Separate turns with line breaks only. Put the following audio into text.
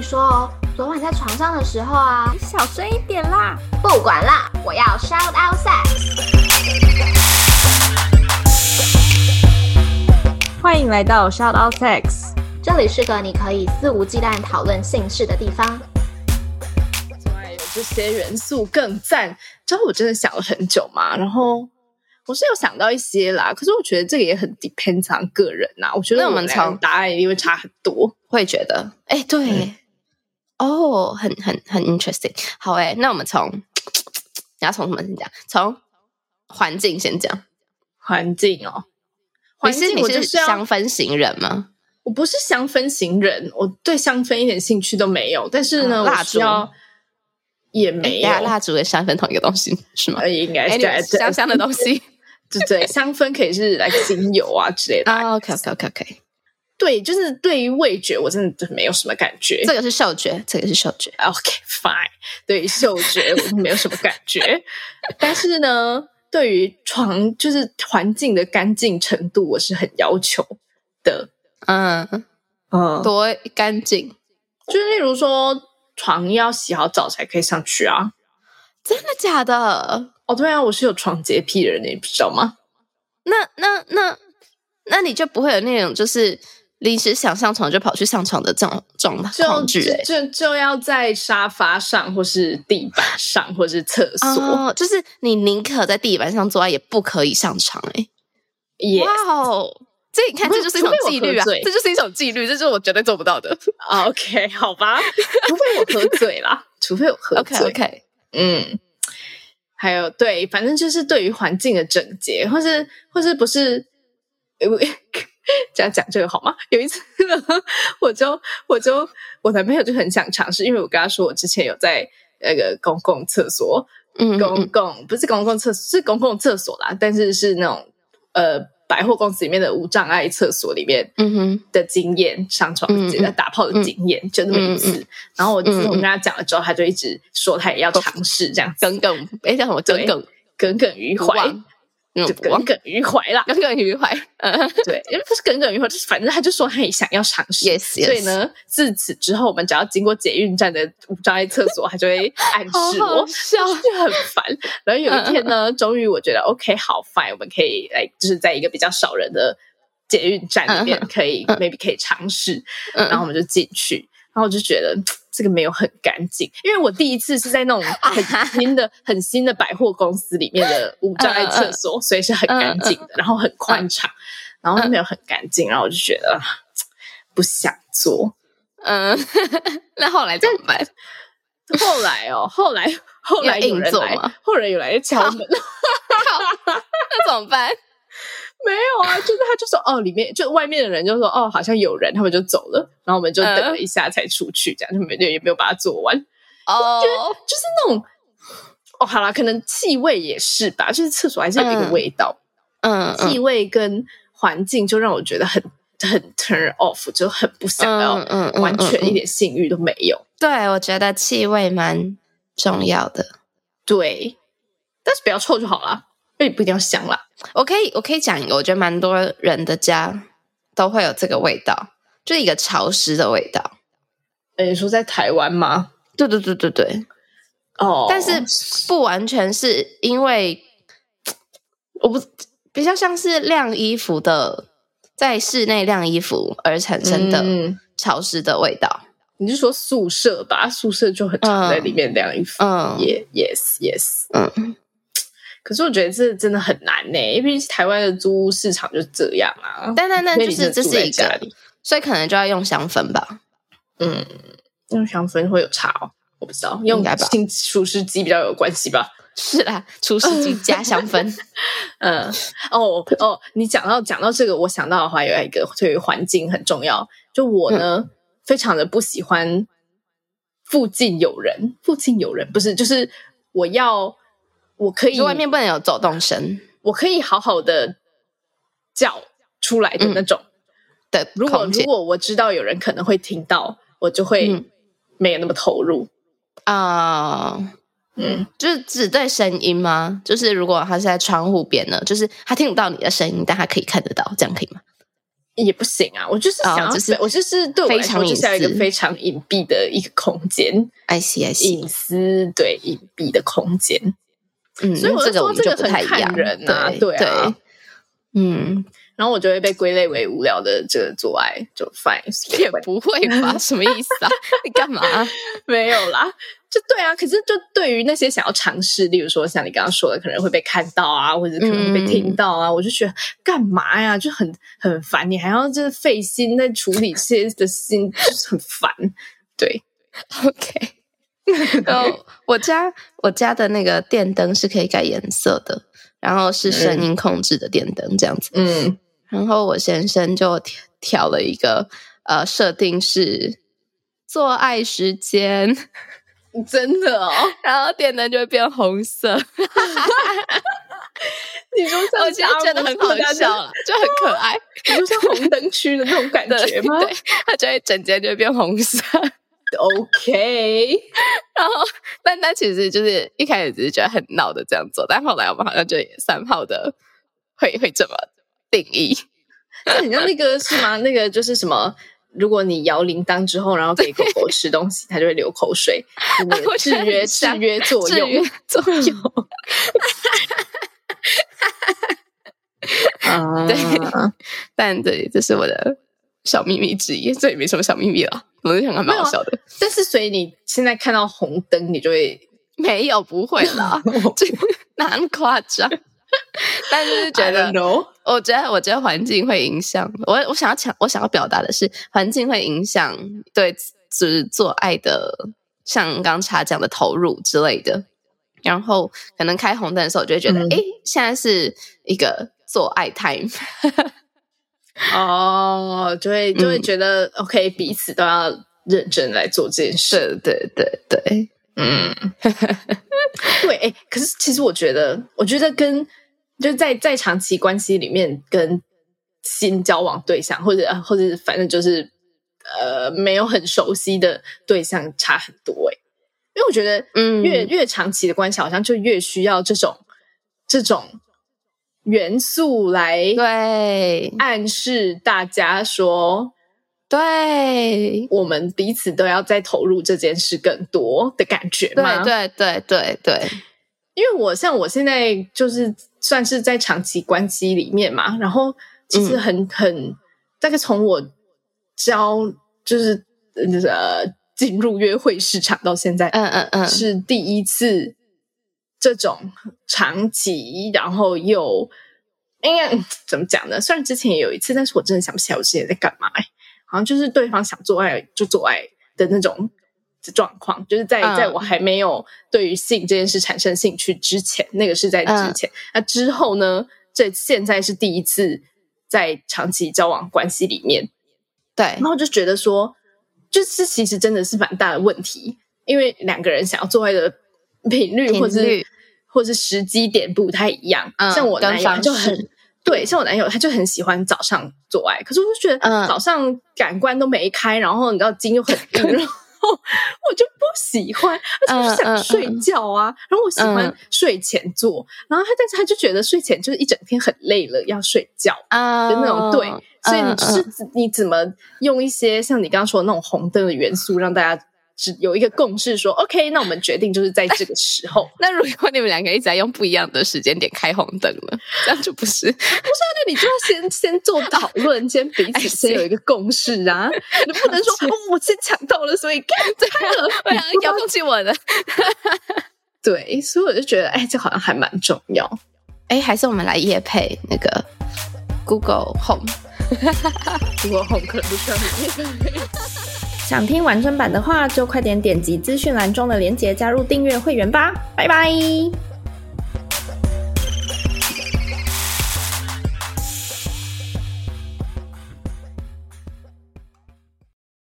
说哦，昨晚在床上的时候啊，
小声一点啦！
不管啦，我要 shout out sex。
欢迎来到 Shout Out Sex，
这里是个你可以肆无忌惮讨论性事的地方。
做爱有这些元素更赞。之后我真的想了很久嘛，然后我是有想到一些啦，可是我觉得这个也很 depends on 个人呐。我觉得
那我们
们俩
从
答案一定会差很多。
会觉得，哎、对耶，哦、很很很 interesting。好哎，那我们从你要从什么先讲？从环境先讲。
环境哦，环
你是
境
你
我就是是要
香氛型人吗？
我不是香氛型人，我对香氛一点兴趣都没有。但是呢，
嗯蜡
我需要
烛
也
哎
没
等
有
一，下蜡烛跟香氛同一个东西 是吗
呃，？应该
哎、
是
你
对
香香的东西。
对 对，香氛可以是来精油啊之类的。
啊、o k OK OK OK，
对，就是对于味觉，我真的没有什么感觉。
这个是嗅觉，这个是嗅觉。
OK fine，对于嗅觉我就没有什么感觉，但是呢，对于床就是环境的干净程度，我是很要求的。
嗯，
嗯，
多干净，
就是例如说床要洗好澡才可以上去啊。
真的假的？
哦，对啊，我是有床洁癖的人，你不知道吗？
那那那那你就不会有那种就是临时想上床就跑去上床的这种状
就
况
就
剧、欸，
就就要在沙发上，或是地板上，或是厕所。
哦，就是你宁可在地板上做爱，也不可以上床、欸。
也
哇哦，这你看，
除非
这就是一种
除非
纪
我喝
律啊，
醉
这就是一种纪律，这是我绝对做不到的。
啊 OK，好吧，除非我喝醉啦， 除非我喝
OK
醉。
OK，
嗯，还有对，反正就是对于环境的整洁，或是或是不是，呃我 这样讲这个好吗？有一次呢，我就我就我男朋友就很想尝试，因为我跟他说我之前有在那个公共厕所，
嗯，
公
嗯
共不是公共厕所，是公共厕所啦，但是是那种呃百货公司里面的无障碍厕所里面，
嗯哼，
的经验，上床呃
嗯嗯
打炮的经验，就那么一次。然后我自从跟他讲了之后，他就一直说他也要尝试这样子，
哦耿耿，哎，叫什么？耿
对耿
耿
耿于
于
怀
怀，，嗯
就，
不忘
耿耿于怀啦。
耿耿于怀。嗯
对，因为不是耿耿于怀，就是反正他就说他也想要尝试。
Yes Yes，
所以呢，自此之后，我们只要经过捷运站的无障碍厕所，他就会暗
好
示我
好，笑。
就 很烦。然后有一
嗯
天呢，终于我觉得 OK 好 fine，我们可以来就是在一个比较少人的捷运站里面
嗯，
可以
嗯
maybe 可以尝试。
嗯
然后我们就进去，然后我就觉得嗯这个没有很干净，因为我第一次是在那 种很新的、很新的百货公司里面的无障碍厕
嗯
所，所以是很干净的，然后很宽敞，然后没有很干净，然后我就觉得啊不想 做。
嗯，那后来怎么办？
后来哦，后来后来
有
有人
硬座
来
吗，
后来有人来敲门，
那怎么办？
没有啊，就是他就说哦，里面就外面的人就说哦，好像有人，他们就走了，然后我们就等了一下才出去，这样就没就也没有把它做完。
哦，
就是那种哦，好啦，可能气味也是吧，就是厕所还是有一个
嗯
味道，
嗯
气
嗯
味跟环境就让我觉得很很 turn off，就很不想要，
嗯嗯嗯
完全一
嗯
点性欲都没有。
对，我觉得气味蛮重要的。
对，但是不要臭就好啦，因为你不一定要香啦。
我可以，我可以讲一个，我觉得蛮多人的家都会有这个味道，就是一个潮湿的味道。
呃你说在台湾吗？
对对对对对，
哦，
但是不完全是因为，我不比较像是晾衣服的，在室内晾衣服而产生的
嗯
潮湿的味道。
你是说宿舍吧？宿舍就很常在里面晾衣服。
嗯，
也 yes yes，
嗯，
可是我觉得这真的很难呢、因为台湾的租屋市场就这样啊。
但但但
因为
就
你
是这
真的住
是一
在家
个
里，
所以可能就要用香氛吧。
嗯，用香氛会有差哦，我不知道，用
应该吧
清除湿机比较有关系吧。
是啦，除湿机加香 氛。
嗯，哦哦，你讲到讲到这个，我想到的话有一个对于环境很重要，就我呢、
嗯
非常的不喜欢附近有人，附近有人不是就是我要我可以
就外面不能有走动声
我可以好好的叫出来的
嗯
那种。
的
如果
空
如
间
果我知道有人可能会听到，我就会
嗯
没有那么投入。
啊。
嗯，
就是只对声音吗？就是如果他是在窗户边呢，就是他听不到你的声音，但他可以看得到，这样可以吗？
也不行啊，我就是想要，
哦就是
我就是对我来
非
说
常
就是要一个
隐私
非常隐蔽的一个空间，
I see I see，
隐私对隐蔽的空间。
嗯，
所以我
这
就
个
说
我们
这
就
个
不
很
太一
看
样，
人啊
对
对啊
嗯，
然后我就会被归类为无聊的这个做爱，就 fine，随
也
便
不会 吧？什么意思啊？你干嘛？
没有啦， 就对啊。可是就对于那些想要尝试，例如说像你刚刚说的，可能会被看到啊，或者可能会被听到啊，我就觉得干嘛呀，就很很烦。你还要就是费心在处理这些的心，就是很烦。对，
OK，然后我家我家的那个电灯是可以改颜色的，然后是声音控制的电灯这样子。
嗯，
然后我先生就挑挑了一个呃设定是做爱时间，
真的哦。
然后电灯就会变红色，
哦你说像
我觉得真的很好笑
家
了，就很可爱。
你说像红灯区的那种哦 感
对
觉吗
对，它就会整间就会变红色。
？OK，
然后，但但其实就是一开始只是觉得很闹的这样做，但后来我们好像就也三炮的会会这么定义。
那你像那个是吗？那个就是什么？如果你摇铃铛之后，然后给狗狗吃东西，它就会流口 水，就那
我
个
觉
制
得
约
很
制
像
约作
至于
用。
作 用，
啊
对但对，这是我的小秘密之一，这也没什么小秘密了，我就想还蛮
啊
好笑的。
但是所以你现在看到红灯，你就会
没有，不会 啦，这哪那么夸张？ 但是觉得
I don't，know
我觉得，我觉得环境会影响我。我想要强，我想要表达的是，环境会影响对就是做爱的，像刚茶讲的投入之类的。然后可能开红灯的时候，我就会觉得，
嗯
诶，现在是一个做 爱 time。
哦，就会就会觉得、OK，彼此都要认真来做这件事。
对对对对，
嗯，对，哎、可是其实我觉得，我觉得跟就是在在长期关系里面，跟新交往对象，或者呃或者是反正就是呃没有很熟悉的对象差很多、欸，因为我觉得，
嗯
越越长期的关系，好像就越需要这种这种元素来
对
暗示大家说，
对
我们彼此都要再投入这件事更多的感觉吗？
对对对对对，
因为我像我现在就是算是在长期关系里面嘛，然后其实很、很大概从我交就是呃进入约会市场到现在，
嗯嗯嗯，
是第一次这种长期，然后又应该嗯怎么讲呢？虽然之前也有一次，但是我真的想不起来我之前在干嘛、欸。好像就是对方想做爱就做爱的那种状况，就是在
嗯
在我还没有对于性这件事产生兴趣之前，那个是在
嗯
之前。那之后呢？这现在是第一次在长期交往关系里面
对
然，后就觉得说，就是其实真的是蛮大的问题，因为两个人想要做爱的频率
频
或是
率
或是时机点不太一样。
嗯
像我
跟
男友他
方
就很
式
对，像我男友他就很喜欢早上做爱，可是我就觉得
嗯
早上感官都没开，然后你知道筋又很 硬，然后我就不喜欢，而且我就
嗯嗯
想睡觉啊。然后我喜欢
嗯
睡前做，然后他但是他就觉得睡前就是一整天很累了，要睡觉。
啊
的那种对，所以你就
嗯
是
嗯
怎你怎么用一些像你刚刚说的那种红灯的元素，让大家只有一个共识说，OK，那我们决定就是在这个时候。
那如果你们两个一直在用不一样的时间点开红灯呢？这样就不是
那你就要 先先做讨论，先彼
I
此
see
先有一个共识啊！ 你不能说哦，我先抢到了，所以 开了。
我 两个要放弃我的。
对，所以我就觉得，哎，这好像还蛮重要。
哎，还是我们来夜配那个 Google Home。
我红可能不需要你。
想听完整版的话，就快点点击资讯栏中的链接加入订阅会员吧，拜拜。